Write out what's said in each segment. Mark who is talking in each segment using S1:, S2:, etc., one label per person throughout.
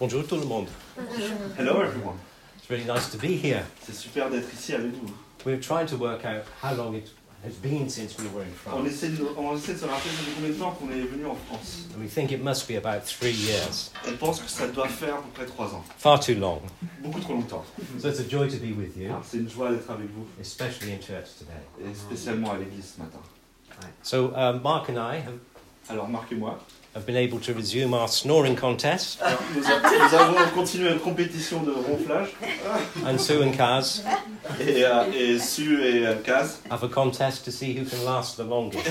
S1: Bonjour tout le monde.
S2: Hello everyone.
S1: It's really nice to be here.
S2: C'est super d'être ici avec vous.
S1: We're trying to work out how long it has been since we were in
S2: On
S1: France.
S2: essaie de, on essaie de se rappeler ça fait combien de temps qu'on est venu en France.
S1: And we think it must be about three years.
S2: On pense que ça doit faire à peu près trois ans.
S1: Far too long.
S2: Beaucoup trop longtemps.
S1: So it's a joy to be with you,
S2: C'est une joie d'être avec vous,
S1: especially in church today.
S2: et spécialement à l'église ce matin.
S1: So um, Mark and I have,
S2: Alors Marc et moi,
S1: have been able to resume our snoring contest.
S2: alors, nous, a- nous avons continué notre compétition de ronflage
S1: And Sue and Kaz
S2: et, euh, et Sue et euh, Kaz
S1: have a contest to see who can last the longest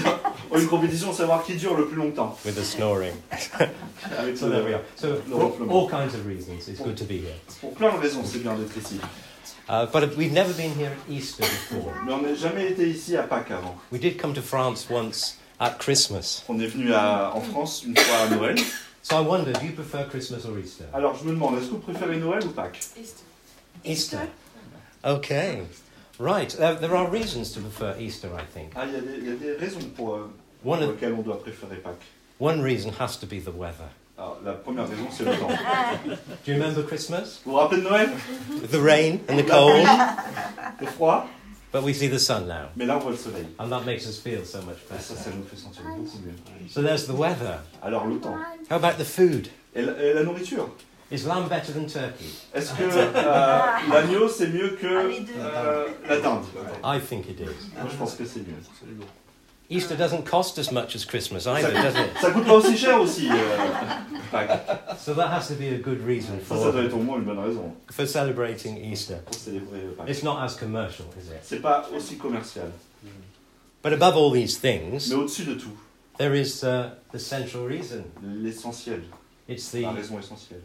S2: ont une compétition de savoir qui dure le plus longtemps.
S1: with the snoring.
S2: Avec
S1: So
S2: son
S1: there we are. So for all kinds of reasons, it's good to be here.
S2: Pour plein de raisons, c'est bien d'être ici.
S1: Uh, but we've never been here at Easter before.
S2: Mais on n'a jamais été ici à Pâques avant.
S1: We did come to France once at Christmas.
S2: On est venu à- en France une fois à Noël.
S1: So I wonder, do you prefer Christmas or Easter?
S2: Alors je me demande, est-ce que vous préférez Noël ou Pâques
S1: Easter. Okay. Right. There, there are reasons to prefer Easter, I think.
S2: Ah, il y, a des- il y a des raisons pour, euh,
S1: One,
S2: pour
S1: of,
S2: lesquelles on doit préférer Pâques.
S1: one reason has to be the weather.
S2: Alors, la première raison, c'est le temps. Vous
S1: Do you remember Christmas?
S2: vous rappelez de Noël
S1: With the rain and the cold.
S2: Le froid
S1: But we see the sun now.
S2: Mais là, on voit le soleil.
S1: And that makes us feel so much
S2: Et ça,
S1: better.
S2: ça nous fait sentir beaucoup mieux.
S1: So there's the weather.
S2: Alors, le temps.
S1: How about the food?
S2: Et la, et la nourriture
S1: Is lamb better than turkey?
S2: Est-ce que euh, l'agneau, c'est mieux que euh, la dinde
S1: I think it is.
S2: Moi, je pense que c'est mieux.
S1: Easter doesn't cost as much as Christmas either, does it?
S2: Ça coûte pas aussi cher aussi, euh, Pâques.
S1: So that has to be a good reason
S2: Ça, ça doit
S1: for,
S2: être au moins une bonne raison
S1: for celebrating Easter.
S2: pour célébrer euh, Pâques.
S1: It's not as commercial, is it?
S2: C'est pas aussi commercial.
S1: But above all these things,
S2: Mais au-dessus de tout,
S1: There is uh, the central reason.
S2: l'essentiel,
S1: It's
S2: la
S1: the,
S2: raison essentielle,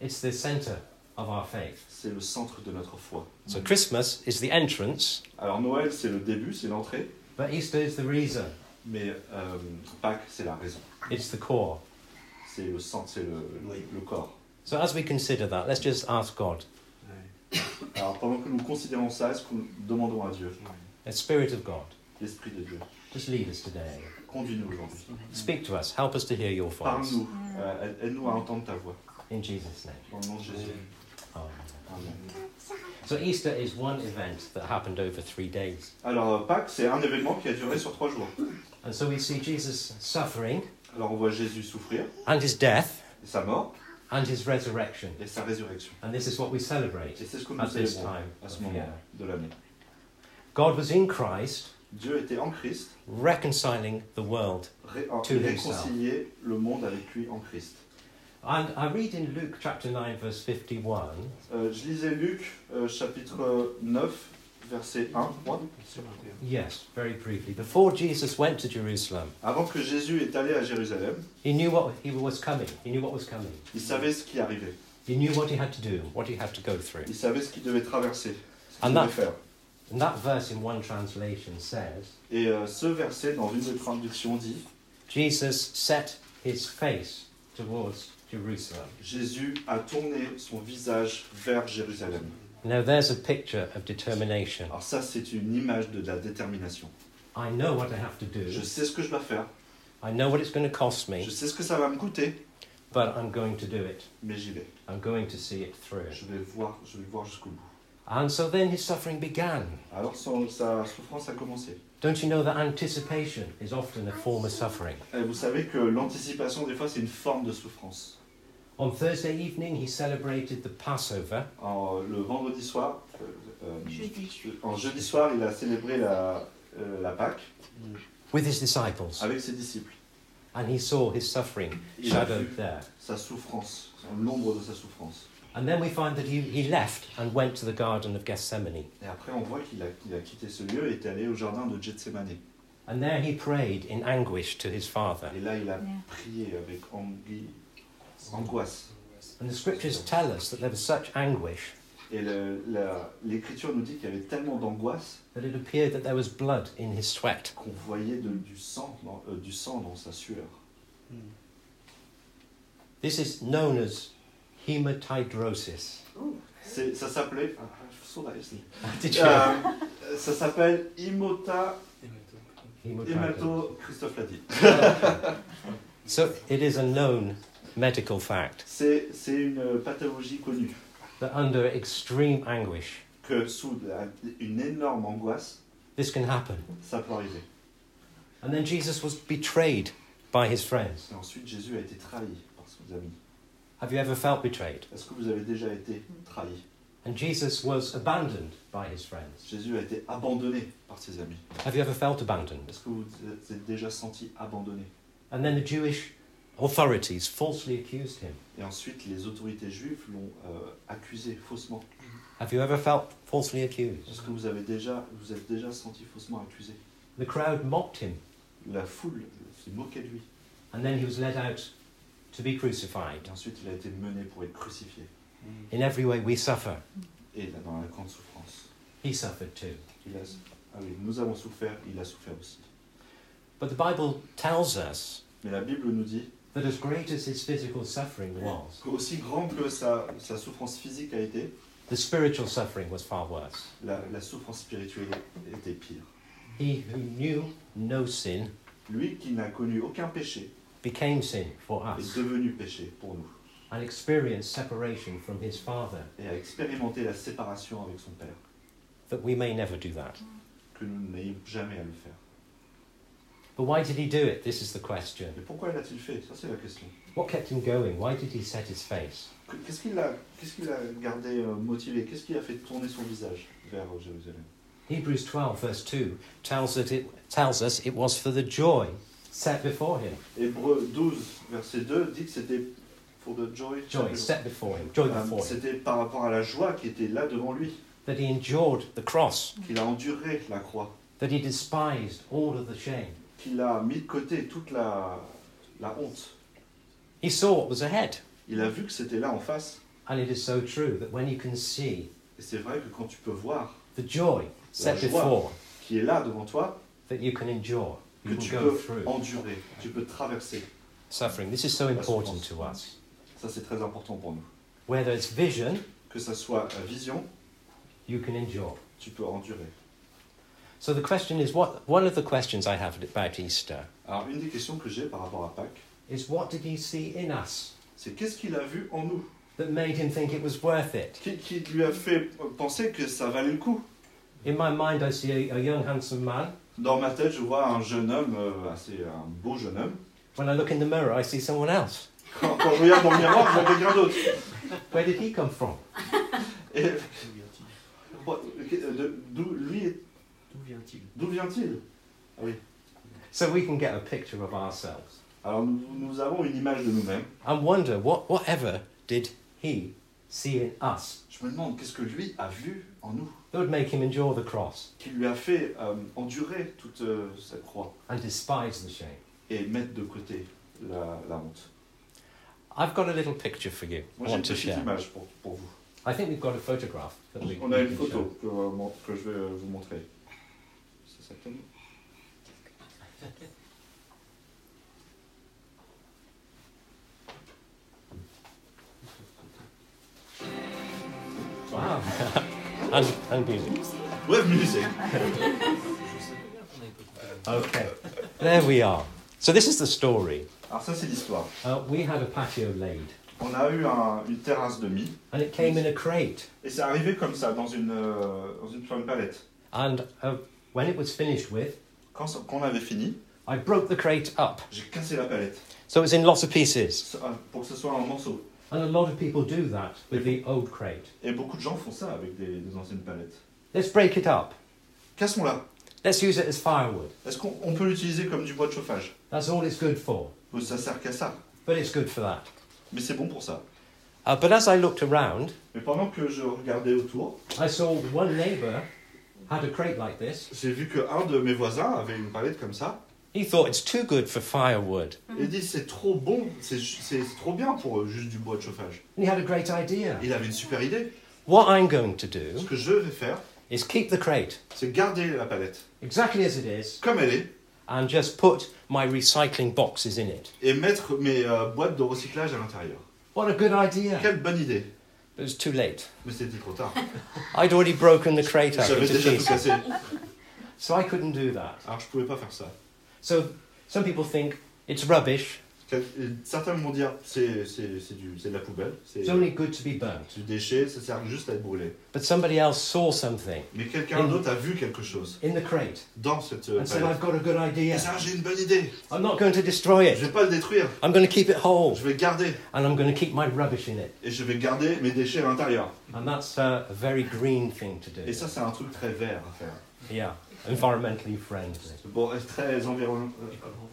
S1: it's the centre of our faith.
S2: c'est le centre de notre foi.
S1: So Christmas is the entrance,
S2: Alors Noël, c'est le début, c'est l'entrée,
S1: but Easter is the reason.
S2: mais euh, Pâques, c'est la raison.
S1: It's the core.
S2: C'est le centre, c'est le,
S3: Oui.
S2: le corps.
S1: So as we consider that, let's just ask God,
S2: Alors pendant que nous considérons ça, est-ce que nous demandons à Dieu,
S1: the Spirit of God,
S2: l'Esprit de Dieu,
S1: just lead us today.
S2: conduis-nous aujourd'hui.
S1: Speak to us. Help us to hear your voice.
S2: Parle-nous, euh, aide-nous à entendre ta voix.
S1: In Jesus' name.
S2: Dans le nom de Jésus.
S1: Amen.
S2: Amen.
S1: So Easter is one event that happened over three days.
S2: Alors euh, Pâques, c'est un événement qui a duré sur trois jours.
S1: And so we see Jesus suffering
S2: Alors on voit Jésus souffrir,
S1: and his death
S2: et sa mort
S1: and his resurrection.
S2: et sa résurrection.
S1: And this is what we celebrate
S2: Et c'est ce que nous
S1: at this
S2: célébrons
S1: time
S2: à
S1: of
S2: ce moment
S1: year.
S2: de l'année.
S1: God was in Christ
S2: Dieu était en Christ,
S1: reconciling the world.
S2: ré- en-
S1: To himself.
S2: réconcilier le monde avec lui en Christ.
S1: And I read in Luke chapter 9, verse 51,
S2: Euh, je lisais Luc euh, chapitre 9, verset 1, je crois.
S1: yes, very briefly. Before Jesus went to Jerusalem,
S2: Avant que Jésus est allé à Jérusalem,
S1: he knew what he was coming. He knew what was coming.
S2: il savait ce qui arrivait.
S1: He knew what he had to do, what he had to go through.
S2: Il savait ce qu'il devait traverser, ce
S1: Ah,
S2: qu'il
S1: non.
S2: devait faire.
S1: And that verse in one translation says,
S2: Et euh, ce verset, dans une des traductions, dit
S1: Jesus set his face towards Jerusalem.
S2: Jésus a tourné son visage vers Jérusalem.
S1: Now there's a picture of determination.
S2: Alors, ça, c'est une image de la détermination.
S1: I know what I have to
S2: Je
S1: do.
S2: sais ce que je dois faire,
S1: I know what it's going to cost
S2: je
S1: me,
S2: sais ce que ça va me coûter,
S1: but I'm going to do it.
S2: mais j'y vais.
S1: I'm going to see it through.
S2: Je vais voir, je vais voir jusqu'au bout.
S1: And so then his suffering began.
S2: Alors, son- sa souffrance a commencé.
S1: Don't you know that anticipation is often a form of suffering?
S2: Et vous savez que l'anticipation, des fois, c'est une forme de souffrance.
S1: On Thursday evening, he celebrated the Passover,
S2: En- le vendredi soir, euh, euh, en jeudi soir, il a célébré la, euh, la Pâque
S1: with his disciples,
S2: avec ses disciples.
S1: and he saw his suffering
S2: Il a vu
S1: shadowed there.
S2: sa souffrance, l'ombre de sa souffrance.
S1: And then we find that he, he left and went to the Garden of Gethsemane,
S2: Et après, on voit qu'il a, qu'il a quitté ce lieu et est allé au jardin de Gethsemane.
S1: and there he prayed in anguish to his Father.
S2: Et là, il a prié avec angui- angoisse.
S1: And the scriptures tell us that there was such anguish
S2: Et le- la- l'écriture nous dit qu'il y avait tellement d'angoisse
S1: that it appeared that there was blood in his sweat.
S2: qu'on voyait de- du, sang dans, euh, du sang dans sa sueur.
S1: This is known as hematidrosis.
S2: C'est- Ça s'appelait. ah, je saute à essayer.
S1: Did you?
S2: Euh, ça s'appelle Imota
S1: Hematidrosis.
S2: Hémato Christophe l'a dit.
S1: So it is a known medical fact
S2: C'est c'est une pathologie connue
S1: that under extreme anguish,
S2: que sous la- une énorme angoisse,
S1: this can happen.
S2: ça peut arriver.
S1: And then Jesus was betrayed by his friends.
S2: Et ensuite, Jésus a été trahi par ses amis.
S1: Have you ever felt betrayed?
S2: Est-ce que vous avez déjà été trahi
S1: And Jesus was abandoned by his friends.
S2: Jésus a été abandonné par ses amis.
S1: Have you ever felt abandoned?
S2: Est-ce que vous vous êtes déjà senti abandonné
S1: And then the Jewish authorities falsely accused him.
S2: Et ensuite, les autorités juives l'ont euh, accusé faussement.
S1: Have you ever felt falsely accused?
S2: Est-ce que vous avez déjà, vous êtes déjà senti faussement accusé
S1: The crowd mocked him,
S2: La foule s'est moquée de lui.
S1: and then he was led out to be crucified.
S2: Et ensuite, il a été mené pour être crucifié.
S1: In every way, we suffer.
S2: Et là, dans la grande souffrance.
S1: He suffered too.
S2: Il a, ah oui, nous avons souffert, il a souffert aussi.
S1: But the Bible tells us
S2: Mais la Bible nous dit
S1: that as great as his physical suffering was,
S2: qu'aussi grand que sa, sa souffrance physique a été,
S1: the spiritual suffering was far worse.
S2: la, la souffrance spirituelle était pire.
S1: He who knew no sin
S2: Lui qui n'a connu aucun péché
S1: became sin for
S2: est
S1: us
S2: devenu péché pour nous
S1: and experienced separation from his Father,
S2: et a expérimenté la séparation avec son Père,
S1: that we may never do that.
S2: que nous n'ayons jamais à le faire.
S1: But why did he do it? This is the question.
S2: Mais pourquoi l'a-t-il fait Ça, c'est la question.
S1: What kept him going? Why did he set his face?
S2: Que- Qu'est-ce qu'il a, qu'est-ce qu'il a gardé euh, motivé Qu'est-ce qui a fait tourner son visage vers euh, Jérusalem
S1: Hebrews 12, verse 2, tells, that it, tells us it was for the joy set before him.
S2: Hébreu 12, verset 2 dit que c'était pour the joy.
S1: Joy set before him. Joy
S2: Euh,
S1: before him.
S2: C'était par rapport à la joie qui était là devant lui,
S1: That he endured the cross.
S2: qu'il a enduré la croix,
S1: That he despised all of the shame.
S2: qu'il a mis de côté toute la, la honte.
S1: He saw what was ahead.
S2: Il a vu que c'était là en face.
S1: And it is so true that when you can see
S2: Et c'est vrai que quand tu peux voir
S1: the joy set
S2: joie.
S1: before,
S2: qui est là devant toi,
S1: that you can endure,
S2: que
S1: you
S2: tu
S1: can
S2: peux
S1: go through
S2: endurer, tu peux traverser.
S1: suffering. This is so
S2: La
S1: important
S2: souffrance.
S1: to us.
S2: Ça, c'est très important pour nous.
S1: Whether it's vision,
S2: Que ça soit la vision,
S1: you can endure.
S2: tu peux endurer.
S1: So the question is what one of the questions I have about Easter
S2: Alors, une des questions que j'ai par rapport à Pâques,
S1: is what did he see in us
S2: c'est qu'est-ce qu'il a vu en nous
S1: that made him think it was worth it?
S2: qui, qui lui a fait penser que ça valait le coup
S1: In my mind, I see a, a young, handsome man.
S2: Dans ma tête, je vois un jeune homme, euh, assez un beau jeune homme.
S1: When I look in the mirror, I see someone else.
S2: Quand, quand je regarde dans le miroir, je vois quelqu'un d'autre.
S1: Where did he come from?
S2: Et Bon, euh, de- d'où lui,
S3: D'où vient-il
S2: d'où vient-il
S1: So we can get a picture of ourselves
S2: Alors, nous, nous avons une image de nous-mêmes.
S1: and wonder what, whatever did he see in us
S2: Je me demande qu'est-ce que lui a vu en nous
S1: that would make him endure the cross
S2: qui lui a fait euh, endurer toute euh, cette croix
S1: and despise the shame.
S2: et mettre de côté la, la honte.
S1: I've got a little picture for you. I
S2: Moi, j'ai une
S1: want to
S2: petite
S1: share.
S2: image pour, pour vous.
S1: I think we've got a photograph that we,
S2: On a
S1: we
S2: une
S1: can show.
S2: photo que, euh, mon- que je vais euh, vous montrer. C'est ça, Tom
S1: Wow. and, and music.
S2: Ouais, musique
S3: Je sais pas qu'on avait pas compris.
S1: Okay. There we are. So this is the story.
S2: Alors, ça, c'est l'histoire.
S1: Uh, we had a patio laid,
S2: On a eu un- une terrasse de mie
S1: and it came in a crate.
S2: et c'est arrivé comme ça, dans une, euh, dans une sur une palette.
S1: And uh, when it was finished with,
S2: Quand, ça- quand on avait fini,
S1: I broke the crate up,
S2: j'ai cassé la palette
S1: so it was in lots of pieces.
S2: Ça- euh, pour que ce soit un morceau.
S1: And a lot of people do that with the old crate.
S2: Et beaucoup de gens font ça avec des, des anciennes palettes.
S1: Let's break it up.
S2: Cassons-la.
S1: Let's use it as firewood.
S2: Est-ce qu'on on peut l'utiliser comme du bois de chauffage Oh,
S1: That's all it's good for.
S2: Ça sert qu'à ça.
S1: But it's good for that.
S2: Mais c'est bon pour ça.
S1: Uh, but as I looked around,
S2: Mais pendant que je regardais autour,
S1: I saw one neighbour had a crate like this.
S2: j'ai vu que un de mes voisins avait une palette comme ça.
S1: He thought it's too good for firewood.
S2: Et il dit c'est trop bon, c'est ju- c'est c'est trop bien pour euh, juste du bois de chauffage.
S1: And he had a great idea.
S2: Il avait une super idée.
S1: What I'm going to
S2: Ce
S1: do
S2: que je vais faire,
S1: is keep the crate
S2: c'est garder la palette
S1: exactly as it is
S2: comme elle est
S1: and just put my recycling boxes in it.
S2: et mettre mes euh, boîtes de recyclage à l'intérieur.
S1: What a good idea! But
S2: Quelle bonne idée.
S1: It was too late.
S2: Mais c'était trop tard.
S1: I'd already broken the crate up
S2: J'avais
S1: into
S2: déjà tout
S1: pieces,
S2: cassé.
S1: so I couldn't do that.
S2: Alors je pouvais pas faire ça.
S1: So some people think it's rubbish
S2: Certains vont dire c'est c'est- c'est du- c'est de la poubelle, c'est
S1: It's only good to be burnt.
S2: du déchet, ça sert juste à être brûlé.
S1: But somebody else saw something
S2: Mais quelqu'un
S1: Mm.
S2: d'autre a vu quelque chose
S1: in the crate
S2: dans cette euh,
S1: and said,
S2: palette.
S1: I've got a good
S2: Et
S1: idea.
S2: ça, j'ai une bonne idée.
S1: I'm not going to destroy
S2: Je
S1: it.
S2: vais pas le détruire.
S1: I'm going to keep it whole
S2: Je vais le garder
S1: and I'm going to keep my rubbish in it.
S2: et je vais garder mes déchets à l'intérieur.
S1: And that's uh, a very green thing to do.
S2: Et ça, c'est un truc très vert à faire.
S1: Yeah, environmentally friendly.
S2: Bon, et très environ-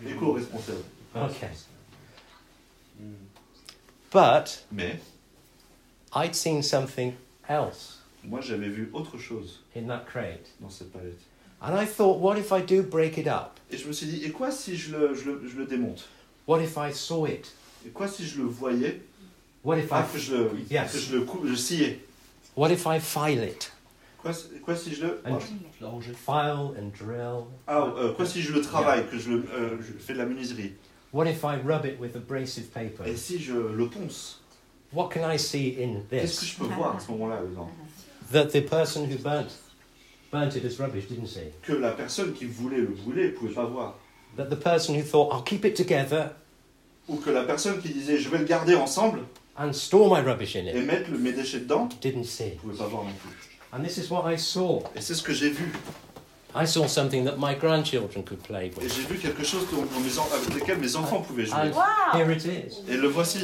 S2: euh, éco-responsable.
S1: Okay. Mm. But
S2: Mais
S1: I'd seen something else
S2: moi, j'avais vu autre chose
S1: in that crate.
S2: dans cette palette.
S1: And I thought, what if I do break it up?
S2: Et je me suis dit, et quoi si je le, je le, je le démonte
S1: What if I saw it?
S2: Et quoi si je le voyais
S1: What if I,
S2: Ah, que je le, oui,
S1: Yes.
S2: que je le coupe, je le sciais.
S1: what if I file it?
S2: Quoi, si- quoi si je le... oh,
S1: And-
S3: La rangée.
S1: File and drill.
S2: Ah, euh, quoi si je le travaille, que je, le, euh, je fais de la menuiserie
S1: What if I rub it with abrasive paper?
S2: Et si je le ponce
S1: What can I see in
S2: Qu'est-ce que
S1: this
S2: je peux voir à ce moment-là euh, dedans
S1: that the person who burnt, burnt it as rubbish didn't see?
S2: Que la personne qui voulait le brûler pouvait pas voir.
S1: That the person who thought, I'll keep it together
S2: Ou que la personne qui disait je vais le garder ensemble
S1: and store my rubbish in
S2: et
S1: it
S2: mettre le- mes déchets dedans
S1: didn't see.
S2: pouvait pas voir non plus.
S1: And this is what I saw.
S2: Et c'est ce que j'ai vu.
S1: I saw something that my grandchildren could play
S2: Et
S1: with.
S2: j'ai vu quelque chose dont- dont mes en- avec lequel mes enfants pouvaient jouer.
S1: And
S4: Ah,
S1: here it is.
S2: Et le voici.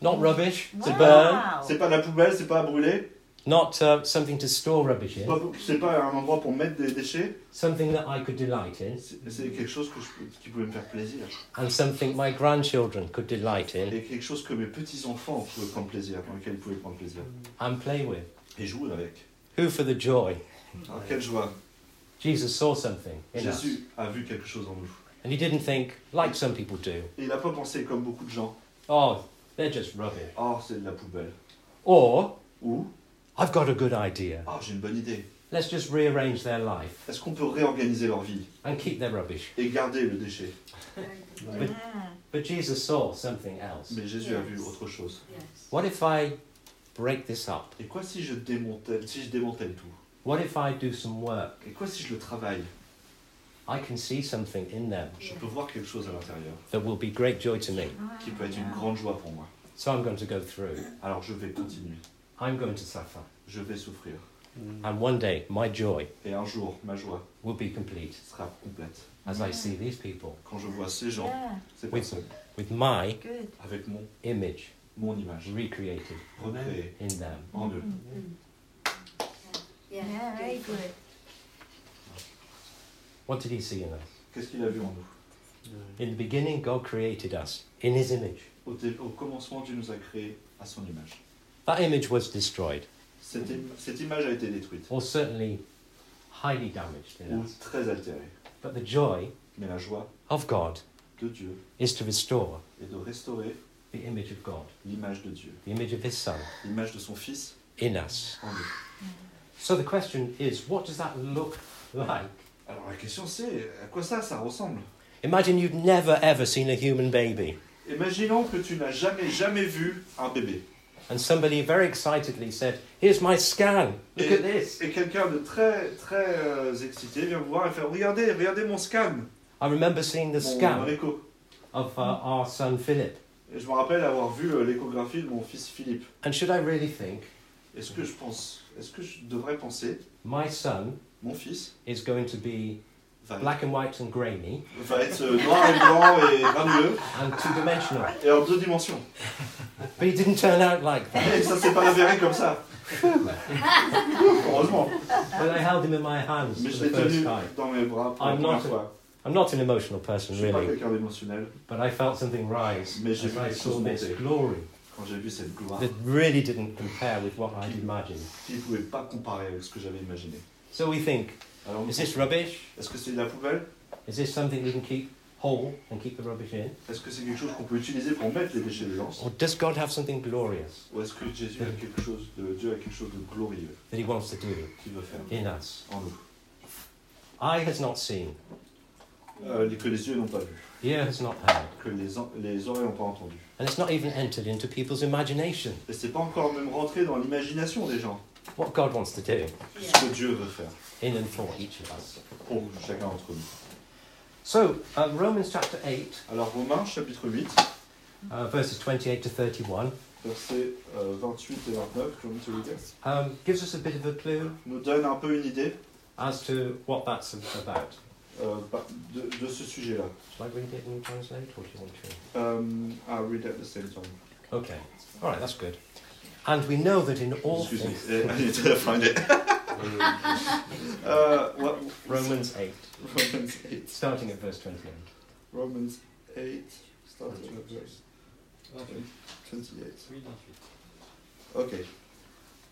S1: Not rubbish to burn,
S4: Wow.
S2: C'est pas de la poubelle, c'est pas à brûler,
S1: not uh, something to store rubbish
S2: c'est pas,
S1: in,
S2: c'est pas un endroit pour mettre des déchets.
S1: something that I could delight in,
S2: C'est c'est quelque chose que je- qui pouvait me faire plaisir.
S1: and something my grandchildren could delight in
S2: Et quelque chose que mes petits-enfants pouvaient prendre plaisir, dans lequel ils pouvaient prendre plaisir.
S1: and play with.
S2: Et jouer avec.
S1: Who for the joy?
S2: Alors, quelle joie.
S1: Jesus saw something in us.
S2: Jésus a vu quelque chose en nous.
S1: And he didn't think, like some people do,
S2: Et il n'a pas pensé comme beaucoup de gens.
S1: oh, they're just rubbish.
S2: Oh, c'est de la poubelle.
S1: Or,
S2: Ou,
S1: I've got a good idea.
S2: oh, j'ai une bonne idée.
S1: Let's just rearrange their life
S2: Est-ce qu'on peut réorganiser leur vie
S1: and keep their rubbish.
S2: et garder le déchet
S4: Ah,
S1: But Jesus saw something else.
S2: Mais Jésus a vu autre chose.
S1: What if I break this up?
S2: Et quoi si je démantèle, si je démantèle tout
S1: What if I do some work?
S2: Et quoi si je le travaille
S1: I can see something in them
S2: Je peux voir quelque chose à l'intérieur
S1: that will be great joy to me.
S2: qui peut être une grande joie pour moi.
S1: So I'm going to go through.
S2: Alors je vais continuer.
S1: I'm going to suffer.
S2: Je vais souffrir.
S1: And one day, my joy
S2: Et un jour, ma joie
S1: will be complete
S2: sera complète.
S1: as I see these people
S2: Quand je vois ces gens,
S4: Yeah,
S2: ces
S1: Oui.
S2: personnes,
S1: with my
S4: good.
S2: avec mon,
S1: image
S2: mon image,
S1: recreated
S2: recréée
S1: in them.
S2: en eux.
S4: Yeah, very good.
S1: What did he see in us?
S2: Qu'est-ce qu'il a vu en nous
S1: In the beginning, God created us in his image.
S2: au, dé- au commencement, Dieu nous a créés à son image.
S1: That image was destroyed,
S2: Cette, im- cette image a été détruite
S1: or certainly highly damaged in
S2: ou
S1: us.
S2: très altérée.
S1: But the joy
S2: Mais la joie
S1: of God
S2: de Dieu
S1: is to restore
S2: est de restaurer
S1: the image of God,
S2: l'image de Dieu,
S1: the image of his Son
S2: l'image de son Fils
S1: in us.
S2: en nous.
S1: So the question is, what does that look like?
S2: Alors la question c'est, à quoi ça, ça ressemble
S1: Imagine you've never ever seen a human baby,
S2: Imaginons que tu n'as jamais, jamais vu un bébé.
S1: and somebody very excitedly said, Here's my scan, look at
S2: Et,
S1: this.
S2: et quelqu'un de très, très euh, excité vient vous voir et fait, regardez, regardez mon scan,
S1: I remember seeing the
S2: mon
S1: scan
S2: écho.
S1: of uh, our son Philip.
S2: Et je me rappelle avoir vu euh, l'échographie de mon fils Philippe.
S1: And should I really think
S2: Est-ce que je pense, est-ce que je devrais penser,
S1: my son
S2: mon fils
S1: is going to be
S2: va,
S1: black and white and grainy
S2: va être euh, noir et blanc et granuleux
S1: and two dimensional.
S2: et en deux dimensions
S1: But he didn't turn out like that.
S2: Et ça s'est pas avéré comme ça. Heureusement.
S1: When I held him in my hands
S2: Mais
S1: for
S2: je
S1: the
S2: l'ai
S1: first
S2: tenu
S1: time,
S2: dans mes bras pour la
S1: I'm
S2: première
S1: not-
S2: fois.
S1: I'm not an emotional person
S2: Je suis pas
S1: really,
S2: quelqu'un d'émotionnel.
S1: but I felt something rise
S2: Mais j'ai
S1: as
S2: vu
S1: I
S2: quelque
S1: saw
S2: chose
S1: this
S2: monter.
S1: glory
S2: Quand j'ai vu cette gloire,
S1: that really didn't compare with what I'd imagined.
S2: qui ne pouvait pas comparer avec ce que j'avais imaginé.
S1: So we think,
S2: Alors,
S1: is this rubbish?
S2: est-ce que c'est de la poubelle
S1: Is this something we can keep whole and keep the rubbish in?
S2: Est-ce que c'est quelque chose qu'on peut utiliser pour mettre les déchets dedans
S1: Or does God have something glorious
S2: Ou est-ce que Jésus a quelque chose de Dieu a quelque chose de glorieux
S1: that he wants to do
S2: qu'il veut faire
S1: in us?
S2: en nous
S1: Eye has not seen,
S2: Euh, que les yeux n'ont pas vu,
S1: ear has not heard,
S2: que les, en- les oreilles n'ont pas entendu.
S1: and it's not even entered into people's imagination.
S2: Et c'est pas encore même rentré dans l'imagination des gens
S1: What God wants to do
S2: ce que Dieu veut faire
S1: in and for each of us.
S2: pour chacun d'entre nous.
S1: So, um, Romans chapter 8,
S2: Alors Romains chapitre 8,
S1: uh, verses 28 to 31,
S2: versets euh, 28 et 29, comme tu le dis,
S1: um, gives us a bit of a clue
S2: nous donne un peu une idée
S1: as to what that's about.
S2: euh, bah, de, de ce sujet-là.
S1: Shall I read it and translate, or do you want to?
S2: Um, I'll read at the same time.
S1: Okay, all right, that's good. And we know that in all
S2: Excuse me,
S1: things,
S2: I need to find it. uh, what?
S1: Romans 8,
S2: Romans 8.
S1: starting at verse 28.
S2: Romans 8, starting at verse 28. Ok.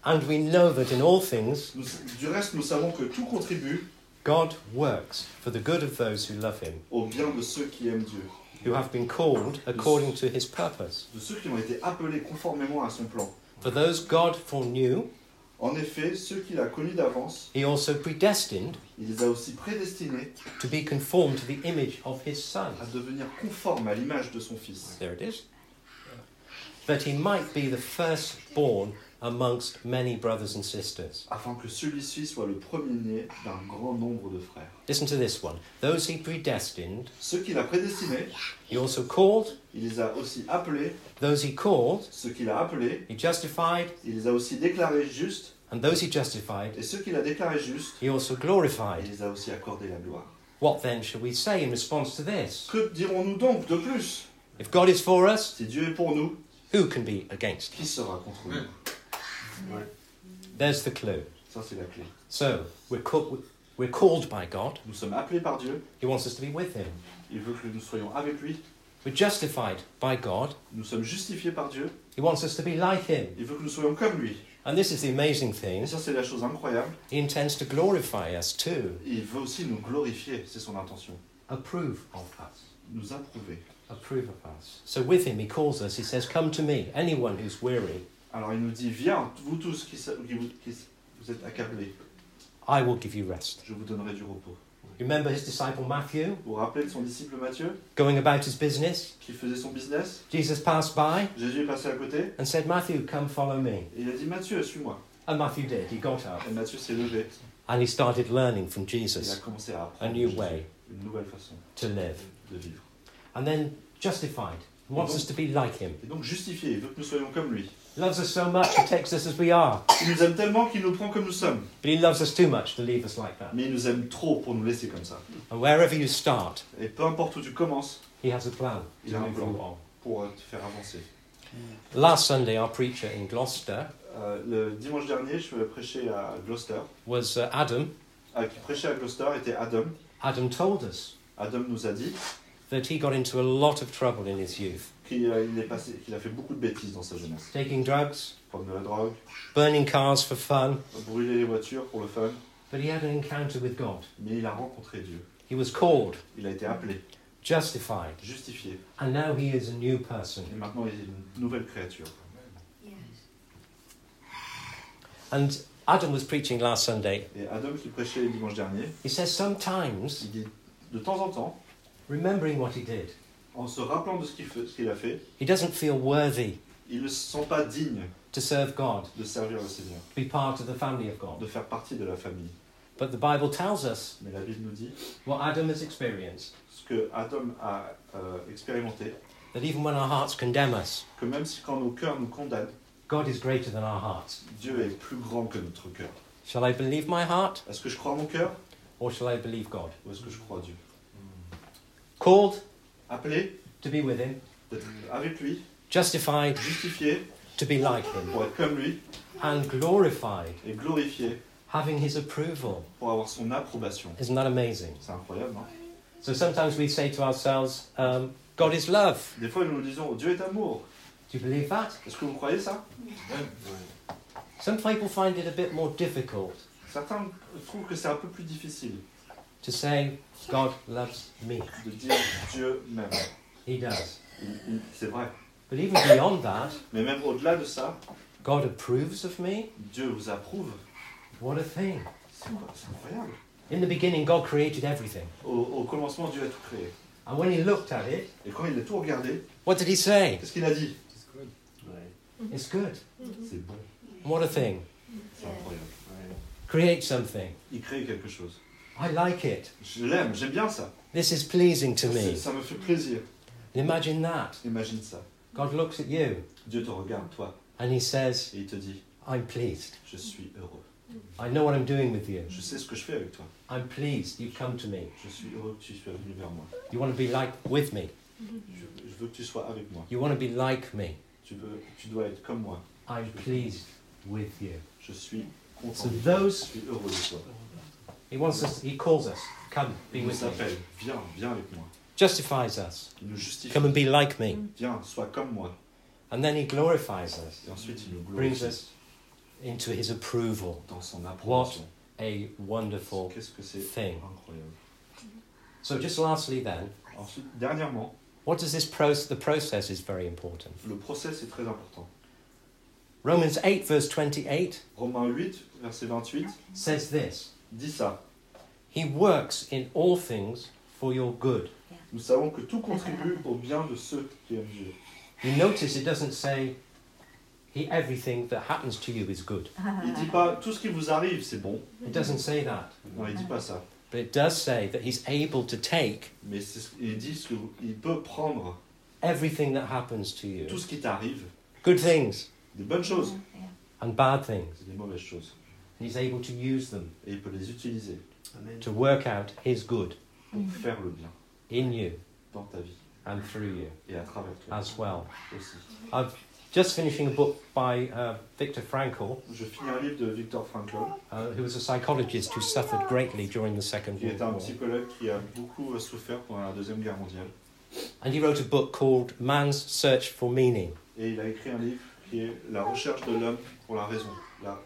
S1: And we know that in all things,
S2: Nous- du reste, nous savons que tout contribue
S1: God works for the good of those who love Him,
S2: au bien de ceux qui aiment Dieu,
S1: who have been called according to His purpose.
S2: de ceux qui ont été appelés conformément à son plan.
S1: For those God foreknew,
S2: En effet, ceux qu'il a connus d'avance,
S1: He also predestined
S2: il les a aussi prédestinés
S1: to be conformed to the image of His Son.
S2: à devenir conformes à l'image de son Fils,
S1: There it is. That he might be the firstborn amongst many brothers and sisters.
S2: afin que celui-ci soit le premier-né d'un grand nombre de frères.
S1: Listen to this one. Those he predestined,
S2: Ceux qu'il a prédestinés,
S1: he also called.
S2: il les a aussi appelés,
S1: Those he called,
S2: ceux qu'il a appelés,
S1: he justified.
S2: il les a aussi déclarés justes,
S1: And those he justified,
S2: et ceux qu'il a déclarés justes, bah,
S1: he also
S2: il
S1: glorified.
S2: les a aussi accordés la gloire.
S1: What then shall we say in response to this?
S2: Que dirons-nous donc de plus
S1: If God is for us,
S2: Si Dieu est pour nous,
S1: who can be against?
S2: qui sera contre nous
S1: There's the clue.
S2: Ça, c'est la clé.
S1: So, we're, called. we're called by God.
S2: Nous sommes appelés par Dieu,
S1: He wants us to be with him.
S2: il veut que nous soyons avec lui,
S1: We're justified by God.
S2: nous sommes justifiés par Dieu,
S1: He wants us to be like him.
S2: il veut que nous soyons comme lui.
S1: And this is the amazing
S2: Et
S1: thing.
S2: ça, c'est la chose incroyable.
S1: He intends to glorify us too,
S2: Il veut aussi nous glorifier, c'est son intention.
S1: approve of us,
S2: Nous approuver.
S1: approve of us. So with him, he calls us. He says, "Come to me, anyone who's weary,
S2: Alors il nous dit, viens, vous tous qui, sa- qui vous, qui s- vous êtes accablés,
S1: I will give you rest."
S2: je vous donnerai du repos.
S1: You remember his disciple Matthew
S2: Vous vous rappelez de son disciple Matthieu,
S1: going about his business.
S2: qui faisait son business
S1: Jesus passed by
S2: Jésus est passé à côté,
S1: and said, "Matthew, come follow me."
S2: et il a dit, Matthieu, suis-moi.
S1: And Matthew did. He got up
S2: Et Matthieu s'est levé,
S1: and he started learning from
S2: il a
S1: Jesus
S2: commencé à
S1: a
S2: apprendre
S1: new
S2: Jésus,
S1: way
S2: une nouvelle façon
S1: to live,
S2: de vivre.
S1: and then justified. He wants us to be like him.
S2: Et donc justifié, il veut que nous soyons comme lui.
S1: Loves us so much, he takes us as we are,
S2: Il nous aime tellement qu'il nous prend comme nous sommes.
S1: but he loves us too much to leave us like that.
S2: Mais il nous aime trop pour nous laisser comme ça.
S1: And wherever you start,
S2: Et peu importe où tu commences,
S1: He has a plan
S2: Il
S1: to
S2: a un
S1: move
S2: plan.
S1: you on.
S2: pour euh, te faire avancer.
S1: Last Sunday, our preacher in Gloucester
S2: Euh, le dimanche dernier, je prêchais à Gloucester.
S1: was uh, Adam.
S2: Ah, qui prêchait à Gloucester était Adam.
S1: Adam told us
S2: Adam nous a dit
S1: that he got into a lot of trouble in his youth,
S2: qu'il euh, il est passé- qu'il a fait beaucoup de bêtises dans sa jeunesse.
S1: taking drugs,
S2: Prendre de la drogue,
S1: burning cars for fun.
S2: brûler les voitures pour le fun.
S1: But he had an encounter with God.
S2: Mais il a rencontré Dieu.
S1: He was called,
S2: Il a été appelé,
S1: justified,
S2: justifié.
S1: and now he is a new person.
S2: Et maintenant, il est une nouvelle créature.
S1: And Adam was preaching last Sunday.
S2: Et Adam qui prêchait le dimanche dernier,
S1: He says sometimes,
S2: il dit de temps en temps,
S1: remembering what he did,
S2: en se rappelant de ce qu'il fait- ce qu'il a fait,
S1: he doesn't feel worthy
S2: il ne se sent pas digne
S1: to serve God,
S2: de servir le Seigneur,
S1: to be part of the family of God.
S2: de faire partie de la famille.
S1: But the Bible tells us
S2: Mais la Bible nous dit
S1: what Adam has experienced.
S2: ce que Adam a euh, expérimenté,
S1: that even when our hearts condemn us,
S2: que même si quand nos cœurs nous condamnent,
S1: God is greater than our hearts.
S2: Dieu est plus grand que notre cœur.
S1: Shall I believe my heart
S2: Est-ce que je crois mon cœur
S1: or shall I believe God?
S2: ou est-ce que je crois Dieu
S1: Called
S2: Appelé,
S1: to be with Him,
S2: d'être avec lui,
S1: justified
S2: justifié
S1: to be like Him,
S2: pour être comme lui
S1: and glorified,
S2: et glorifié
S1: having His approval.
S2: pour avoir son approbation.
S1: Isn't that amazing?
S2: C'est incroyable, hein? non
S1: So sometimes we say to ourselves, um, God is love.
S2: Des fois, nous nous disons, oh, Dieu est amour.
S1: Do you believe that?
S2: Est-ce que vous croyez ça
S1: Some people find it a bit more difficult
S2: Certains trouvent que c'est un peu plus difficile
S1: to say, God loves me.
S2: de dire Dieu m'aime.
S1: He does.
S2: Il- il- C'est vrai.
S1: But even beyond that,
S2: Mais même au-delà de ça,
S1: God approves of me?
S2: Dieu vous approuve.
S1: What a thing.
S2: C'est c'est incroyable.
S1: In the beginning, God created everything.
S2: Au, au commencement, Dieu a tout créé.
S1: And when He looked at it,
S2: Et quand il a tout regardé,
S1: What did he say?
S2: qu'est-ce qu'il a dit
S1: It's good.
S2: C'est bon,
S1: What a thing.
S2: c'est incroyable.
S1: Create something.
S2: Il crée quelque chose.
S1: I like it.
S2: Je l'aime, j'aime bien ça.
S1: This is pleasing to
S2: C'est-
S1: me.
S2: Ça me fait plaisir.
S1: Imagine that.
S2: Imagine ça.
S1: God looks at you
S2: Dieu te regarde, toi,
S1: and he says,
S2: et il te dit
S1: I'm pleased.
S2: Je suis heureux.
S1: I know what I'm doing with you.
S2: Je sais ce que je fais avec toi.
S1: I'm pleased you've come to me.
S2: Je suis heureux que tu sois venu vers moi.
S1: You want to be like with me.
S2: Je, je veux que tu sois avec moi.
S1: You want to be like me.
S2: Tu, veux, tu dois être comme moi.
S1: I'm pleased with you.
S2: Je suis content.
S1: So those-
S2: Je suis heureux de toi.
S1: He wants us, he calls us, come, be
S2: Il nous
S1: with me.
S2: appelle. Viens, viens avec moi.
S1: Justifies us.
S2: Il nous justifie.
S1: Come and be like me.
S2: Viens, sois comme moi.
S1: And then he glorifies us,
S2: Et ensuite, il nous
S1: brings
S2: glorifie
S1: us into his approval.
S2: dans son approbation.
S1: A wonderful.
S2: Qu'est-ce que c'est
S1: thing.
S2: incroyable.
S1: So, just lastly, then,
S2: Ensuite, dernièrement,
S1: what does this process? The process is very important.
S2: le process est très important.
S1: Romans 8, verse 28
S2: Romains 8, verset 28,
S1: says this
S2: dit ça.
S1: He works in all things for your good.
S2: Nous savons que tout contribue au bien de ceux qui aiment Dieu.
S1: You notice it doesn't say he, everything that happens to you is good.
S2: Il dit pas tout ce qui vous arrive, c'est bon.
S1: It doesn't say that.
S2: Non, il dit pas ça.
S1: But it does say that he's able to take
S2: Mais c'est ce- il dit ce que vous- il peut prendre
S1: everything that happens to
S2: tout
S1: you
S2: ce qui t'arrive,
S1: good things
S2: des bonnes choses
S1: and bad things.
S2: et des mauvaises choses,
S1: And he's able to use them
S2: et il peut les utiliser
S3: Amen.
S1: to work out his good
S2: pour faire le bien
S1: in you
S2: dans ta vie
S1: and through you
S2: et à travers toi
S1: as well.
S2: aussi.
S1: I've just finishing a book by uh, Viktor Frankl,
S2: Je finis un livre de Victor Frankl,
S1: uh, who was a psychologist who suffered greatly during the Second
S2: qui est
S1: World
S2: un
S1: War.
S2: psychologue qui a beaucoup euh, souffert pendant la Deuxième Guerre mondiale.
S1: And he wrote a book called Man's Search for Meaning.
S2: Et il a écrit un livre qui est La recherche de l'homme pour la raison. La,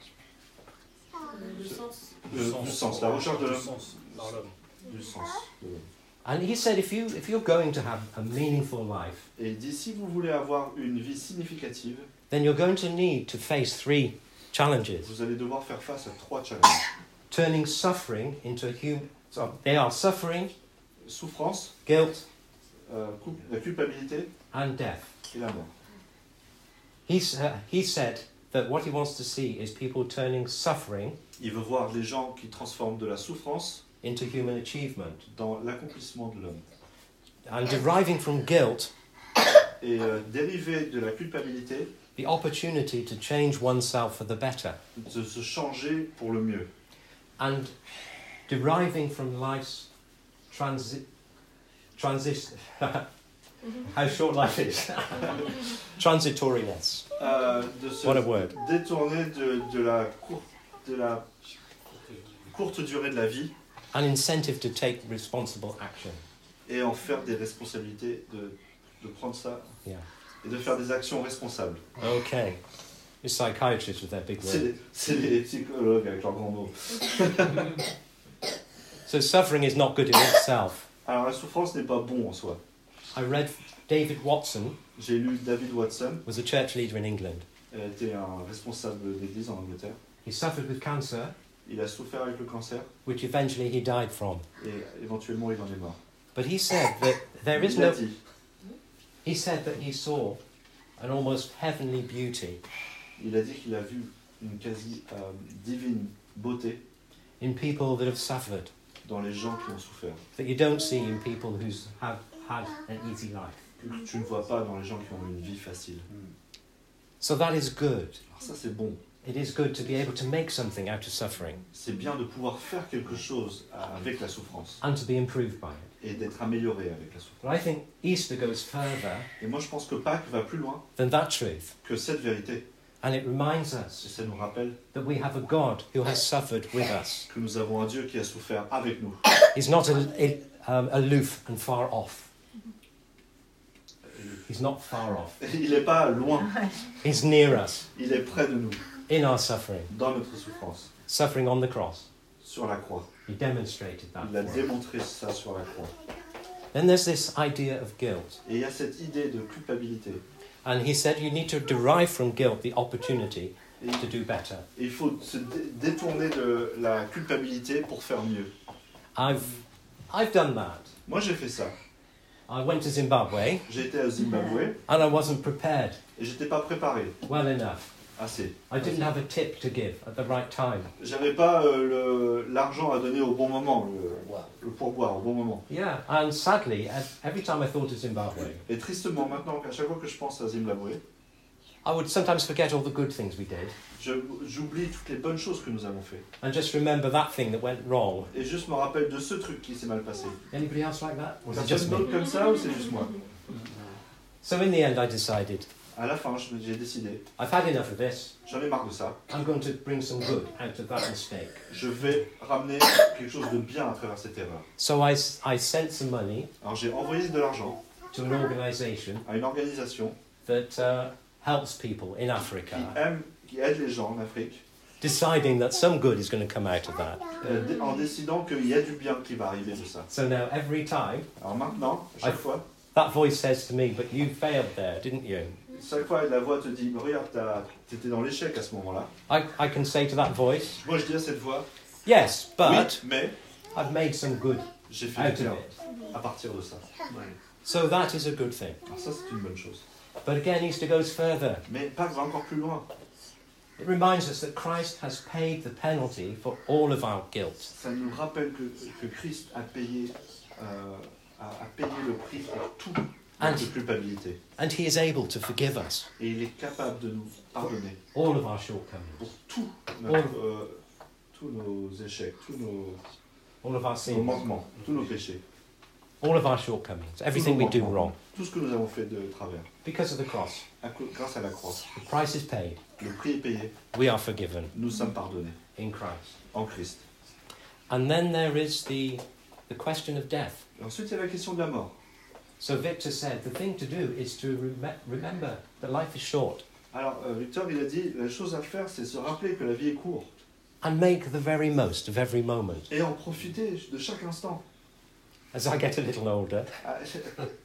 S5: Le sens.
S2: euh, du sens, la recherche de
S6: Du
S2: l'homme.
S6: sens par l'homme.
S2: Du sens. de l'homme.
S1: And he said, if, you, if you're going to have a meaningful life,
S2: Et il dit si vous voulez avoir une vie significative,
S1: then you're going to need to face three challenges
S2: vous allez devoir faire face à trois challenges
S1: turning suffering into a human. So they are suffering,
S2: souffrance,
S1: guilt,
S2: euh, cul- la culpabilité
S1: and death.
S2: et la mort.
S1: He, s- uh, he said that what he wants to see is people turning suffering
S2: Il veut voir les gens qui transforment de la souffrance
S1: into human achievement
S2: dans l'accomplissement de l'homme.
S1: and deriving from guilt
S2: Et euh, dériver de la culpabilité,
S1: the opportunity to change oneself for the better
S2: de se changer pour le mieux.
S1: and deriving from life's transi- transis- how short life is transitoriness
S2: Euh, de se
S1: what a word
S2: détourner de, de la cour- de la courte durée de la vie
S1: an incentive to take responsible action
S2: et en faire des responsabilités, de, de prendre ça
S1: yeah
S2: et de faire des actions responsables.
S1: okay the psychiatrists with their big
S2: C'est
S1: word
S2: les- C'est les psychologues avec leurs grands mots.
S1: so suffering is not good in itself
S2: Alors la souffrance n'est pas bon en soi.
S1: i read david watson
S2: J'ai lu David Watson,
S1: was a church leader in england
S2: elle était un responsable d'église en Angleterre.
S1: he suffered with cancer
S2: Il a souffert avec le cancer
S1: which eventually he died from
S2: et éventuellement il en est mort.
S1: but he said that there is
S2: il a
S1: no
S2: dit,
S1: He said that he saw an almost heavenly beauty
S2: il a dit qu'il a vu une quasi euh, divine beauté
S1: in people that have suffered
S2: dans les gens qui ont souffert,
S1: that you don't see in people who have had an easy life.
S2: que tu ne vois pas dans les gens qui ont une vie facile.
S1: So that is good.
S2: Alors ça c'est bon.
S1: It is good to be able to make something out of suffering
S2: C'est bien de pouvoir faire quelque chose avec la souffrance
S1: and to be improved by it.
S2: et d'être amélioré avec la souffrance.
S1: But I think Easter goes further
S2: Et moi je pense que Pâques va plus loin
S1: than that truth.
S2: que cette vérité.
S1: And it reminds
S2: Et
S1: us
S2: ça nous rappelle
S1: that we have a God who has suffered with us.
S2: que nous avons un Dieu qui a souffert avec nous.
S1: He's not al- al- um, aloof and far off. He's not far off.
S2: Il n'est pas loin,
S1: He's near us
S2: il est près de nous,
S1: in our suffering,
S2: dans notre souffrance,
S1: suffering on the cross.
S2: sur la croix.
S1: He demonstrated that.
S2: Il a
S1: for us.
S2: démontré ça sur la croix.
S1: Then there's this idea of guilt.
S2: Et il y a cette idée de culpabilité.
S1: And he said you need to derive from guilt the opportunity
S2: Et
S1: to do better.
S2: il faut se dé- détourner de la culpabilité pour faire mieux.
S1: I've, I've done that.
S2: Moi j'ai fait ça.
S1: I went to Zimbabwe
S2: J'étais au Zimbabwe
S1: and I wasn't prepared
S2: et j'étais pas préparé
S1: well enough
S2: assez.
S1: I didn't have a tip to give at the right time.
S2: J'avais pas euh, le- l'argent à donner au bon moment, le, le pourboire au bon moment.
S1: Yeah, and sadly, ev- every time I thought of Zimbabwe,
S2: Et tristement, maintenant, à chaque fois que je pense à Zimbabwe,
S1: I would sometimes forget all the good things we did
S2: je- j'oublie toutes les bonnes choses que nous avons fait.
S1: and just remember that thing that went wrong.
S2: Et juste me rappelle de ce truc qui s'est mal passé.
S1: Anybody else like that? Or is it
S2: Personne
S1: just me?
S2: d'autre comme ça ou c'est juste moi
S1: So in the end, I decided
S2: À la fin, je- j'ai décidé,
S1: I've had enough of this.
S2: j'en ai marre de ça.
S1: I'm going to bring some good out of that mistake.
S2: Je vais ramener quelque chose de bien à travers cette erreur.
S1: So I, s- I sent some money
S2: Alors j'ai envoyé de l'argent
S1: to an organisation
S2: à une organisation
S1: that uh, helps people in
S2: qui
S1: Africa,
S2: aime, qui aide les gens en Afrique,
S1: deciding that some good is going to come out of that.
S2: euh, dé- en décidant qu'il y a du bien qui va arriver de ça.
S1: So now every time,
S2: Alors maintenant, à chaque fois,
S1: that voice says to me, But you failed there, didn't you?
S2: chaque fois la voix te dit, Mais regarde, t'as- t'étais dans l'échec à ce moment-là.
S1: I, I can say to that voice,
S2: Moi je dis à cette voix,
S1: Yes,
S2: oui,
S1: but
S2: mais
S1: I've made some good
S2: j'ai fait
S1: out
S2: du
S1: of
S2: bien
S1: it.
S2: à partir de ça.
S1: So that is a good thing.
S2: Alors ça c'est une bonne chose.
S1: But again, Easter goes further.
S2: Mais Pâques va encore plus loin.
S1: It reminds us that Christ has paid the penalty for all of our guilt.
S2: Ça nous rappelle que, que Christ a payé, euh, a, a payé le prix pour tout notre culpabilité.
S1: And he is able to forgive us
S2: Et il est capable de nous pardonner
S1: all of our shortcomings,
S2: pour tout notre, euh, tous nos échecs, tous nos,
S1: all of our
S2: nos
S1: sins,
S2: manquements, tous nos péchés,
S1: all of our shortcomings, everything we do wrong.
S2: tout ce que nous avons fait de travers.
S1: Because of the cross,
S2: À cau- grâce à la croix,
S1: the price is paid.
S2: le prix est payé,
S1: We are forgiven
S2: nous sommes pardonnés
S1: in Christ.
S2: en Christ.
S1: And then there is the, the question of death.
S2: Et ensuite, il y a la question de la mort.
S1: So Victor said the thing to do is to reme- remember that life is short
S2: Alors, euh, Victor, il a dit, la chose à faire, c'est se rappeler que la vie est courte
S1: and make the very most of every moment.
S2: et en profiter de chaque instant.
S1: As I get a little older,
S2: Ah,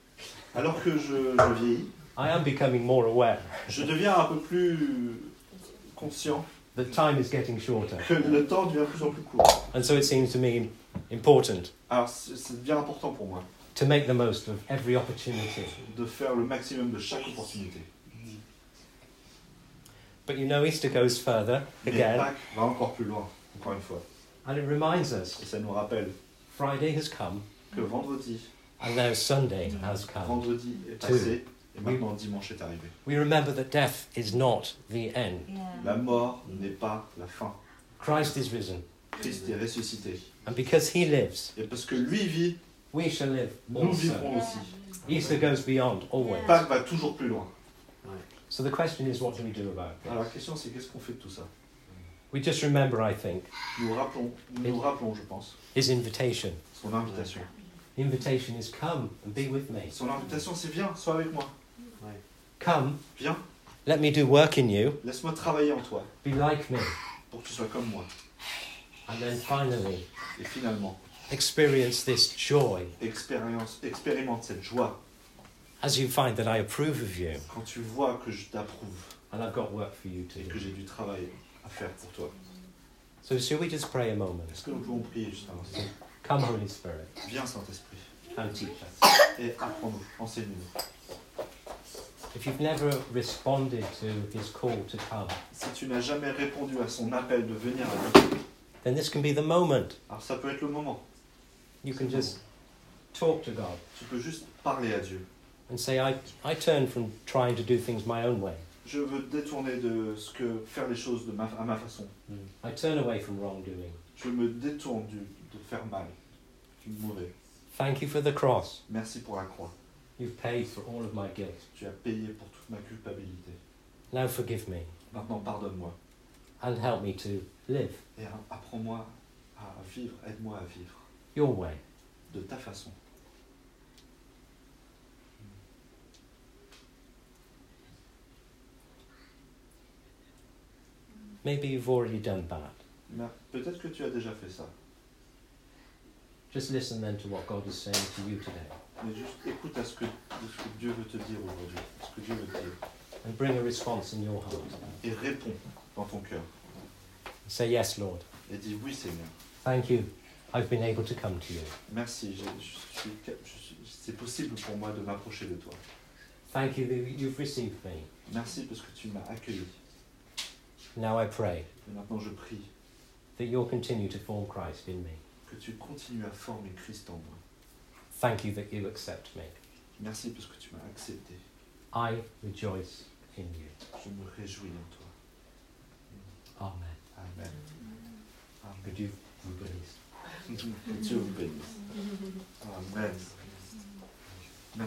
S2: Alors que je, je vieillis,
S1: I am becoming more aware
S2: je deviens un peu plus conscient
S1: that time is getting shorter.
S2: que le temps devient de plus en plus court.
S1: And so it seems to me important
S2: Alors, c'est c'est bien important pour moi
S1: to make the most of every opportunity.
S2: de faire le maximum de chaque opportunité.
S1: But you know, Easter goes further
S2: Mais
S1: again,
S2: Pâques va encore plus loin, encore une fois.
S1: and it reminds us
S2: Et ça nous rappelle
S1: Friday has come,
S2: que vendredi,
S1: and now Sunday has come.
S2: vendredi est passé, et maintenant dimanche est arrivé.
S1: We remember that death is not the end.
S2: La
S4: Yeah.
S2: mort n'est pas la fin.
S1: Christ is risen,
S2: Christ est ressuscité.
S1: and because he lives,
S2: Et parce que lui vit,
S1: we shall live
S2: nous
S1: also.
S2: vivrons aussi.
S1: Easter goes beyond always.
S2: Pâques va toujours plus loin.
S1: So the question is, what do we do about it?
S2: Alors la question c'est qu'est-ce qu'on fait de tout ça
S1: We just remember, I think,
S2: Nous rappelons, nous, nous rappelons, je pense,
S1: his invitation.
S2: son invitation.
S1: The invitation is come and be with me.
S2: Son invitation c'est viens, sois avec moi.
S1: Come,
S2: Viens,
S1: let me do work in you,
S2: laisse-moi travailler en toi
S1: be like me,
S2: pour que tu sois comme moi.
S1: and then finally
S2: Et finalement,
S1: experience this joy
S2: expérience, expérimente cette joie
S1: as you find that I approve of you
S2: quand tu vois que je t'approuve
S1: and I've got work for you to
S2: et que
S1: do.
S2: j'ai du travail à faire pour toi.
S1: So, shall we just pray a moment?
S2: Est-ce que nous pouvons prier juste un instant
S1: Come, Holy Spirit,
S2: Viens Saint-Esprit
S1: and teach us.
S2: et apprends-nous, enseigne-nous.
S1: If you've never responded to his call to come,
S2: Si tu n'as jamais répondu à son appel de venir à nous,
S1: then this can be the moment.
S2: alors ça peut être le moment.
S1: You can just talk to God
S2: Tu peux juste parler à Dieu.
S1: and say, I, I turn from trying to do things my own way.
S2: Je veux te détourner de ce que faire les choses de ma, à ma façon.
S1: I turn away from wrongdoing.
S2: Je me détourne du, de faire mal, du mauvais.
S1: Thank you for the cross.
S2: Merci pour la croix.
S1: You've paid for all of my guilt.
S2: Tu as payé pour toute ma culpabilité.
S1: Now forgive me
S2: Maintenant, pardonne-moi
S1: and help me to live
S2: et a- apprends-moi à vivre. Aide-moi à vivre
S1: your way.
S2: de ta façon.
S1: Maybe you've already done that.
S2: Mais Peut-être que tu as déjà fait ça,
S1: Just listen then to what God is saying to you today
S2: mais juste écoute à ce que, de ce que Dieu veut te dire aujourd'hui, ce que Dieu veut te dire,
S1: and bring a response in your heart.
S2: et réponds dans ton cœur
S1: Say, Yes, Lord.
S2: et dis oui Seigneur.
S1: Thank you. I've been able to come to you.
S2: Merci, je- je suis cap- je suis- c'est possible pour moi de m'approcher de toi.
S1: Thank you that you've received me.
S2: Merci parce que tu m'as accueilli.
S1: Now I pray
S2: Et maintenant, je prie
S1: that you'll continue to form Christ in me.
S2: que tu continues à former Christ en moi.
S1: Thank you that you accept me.
S2: Merci parce que tu m'as accepté.
S1: I rejoice in you.
S2: Je me réjouis en toi.
S1: Amen. Um,
S2: Amen. Amen.
S1: Could you Um, be released?
S2: Que Dieu vous bénisse. Amen.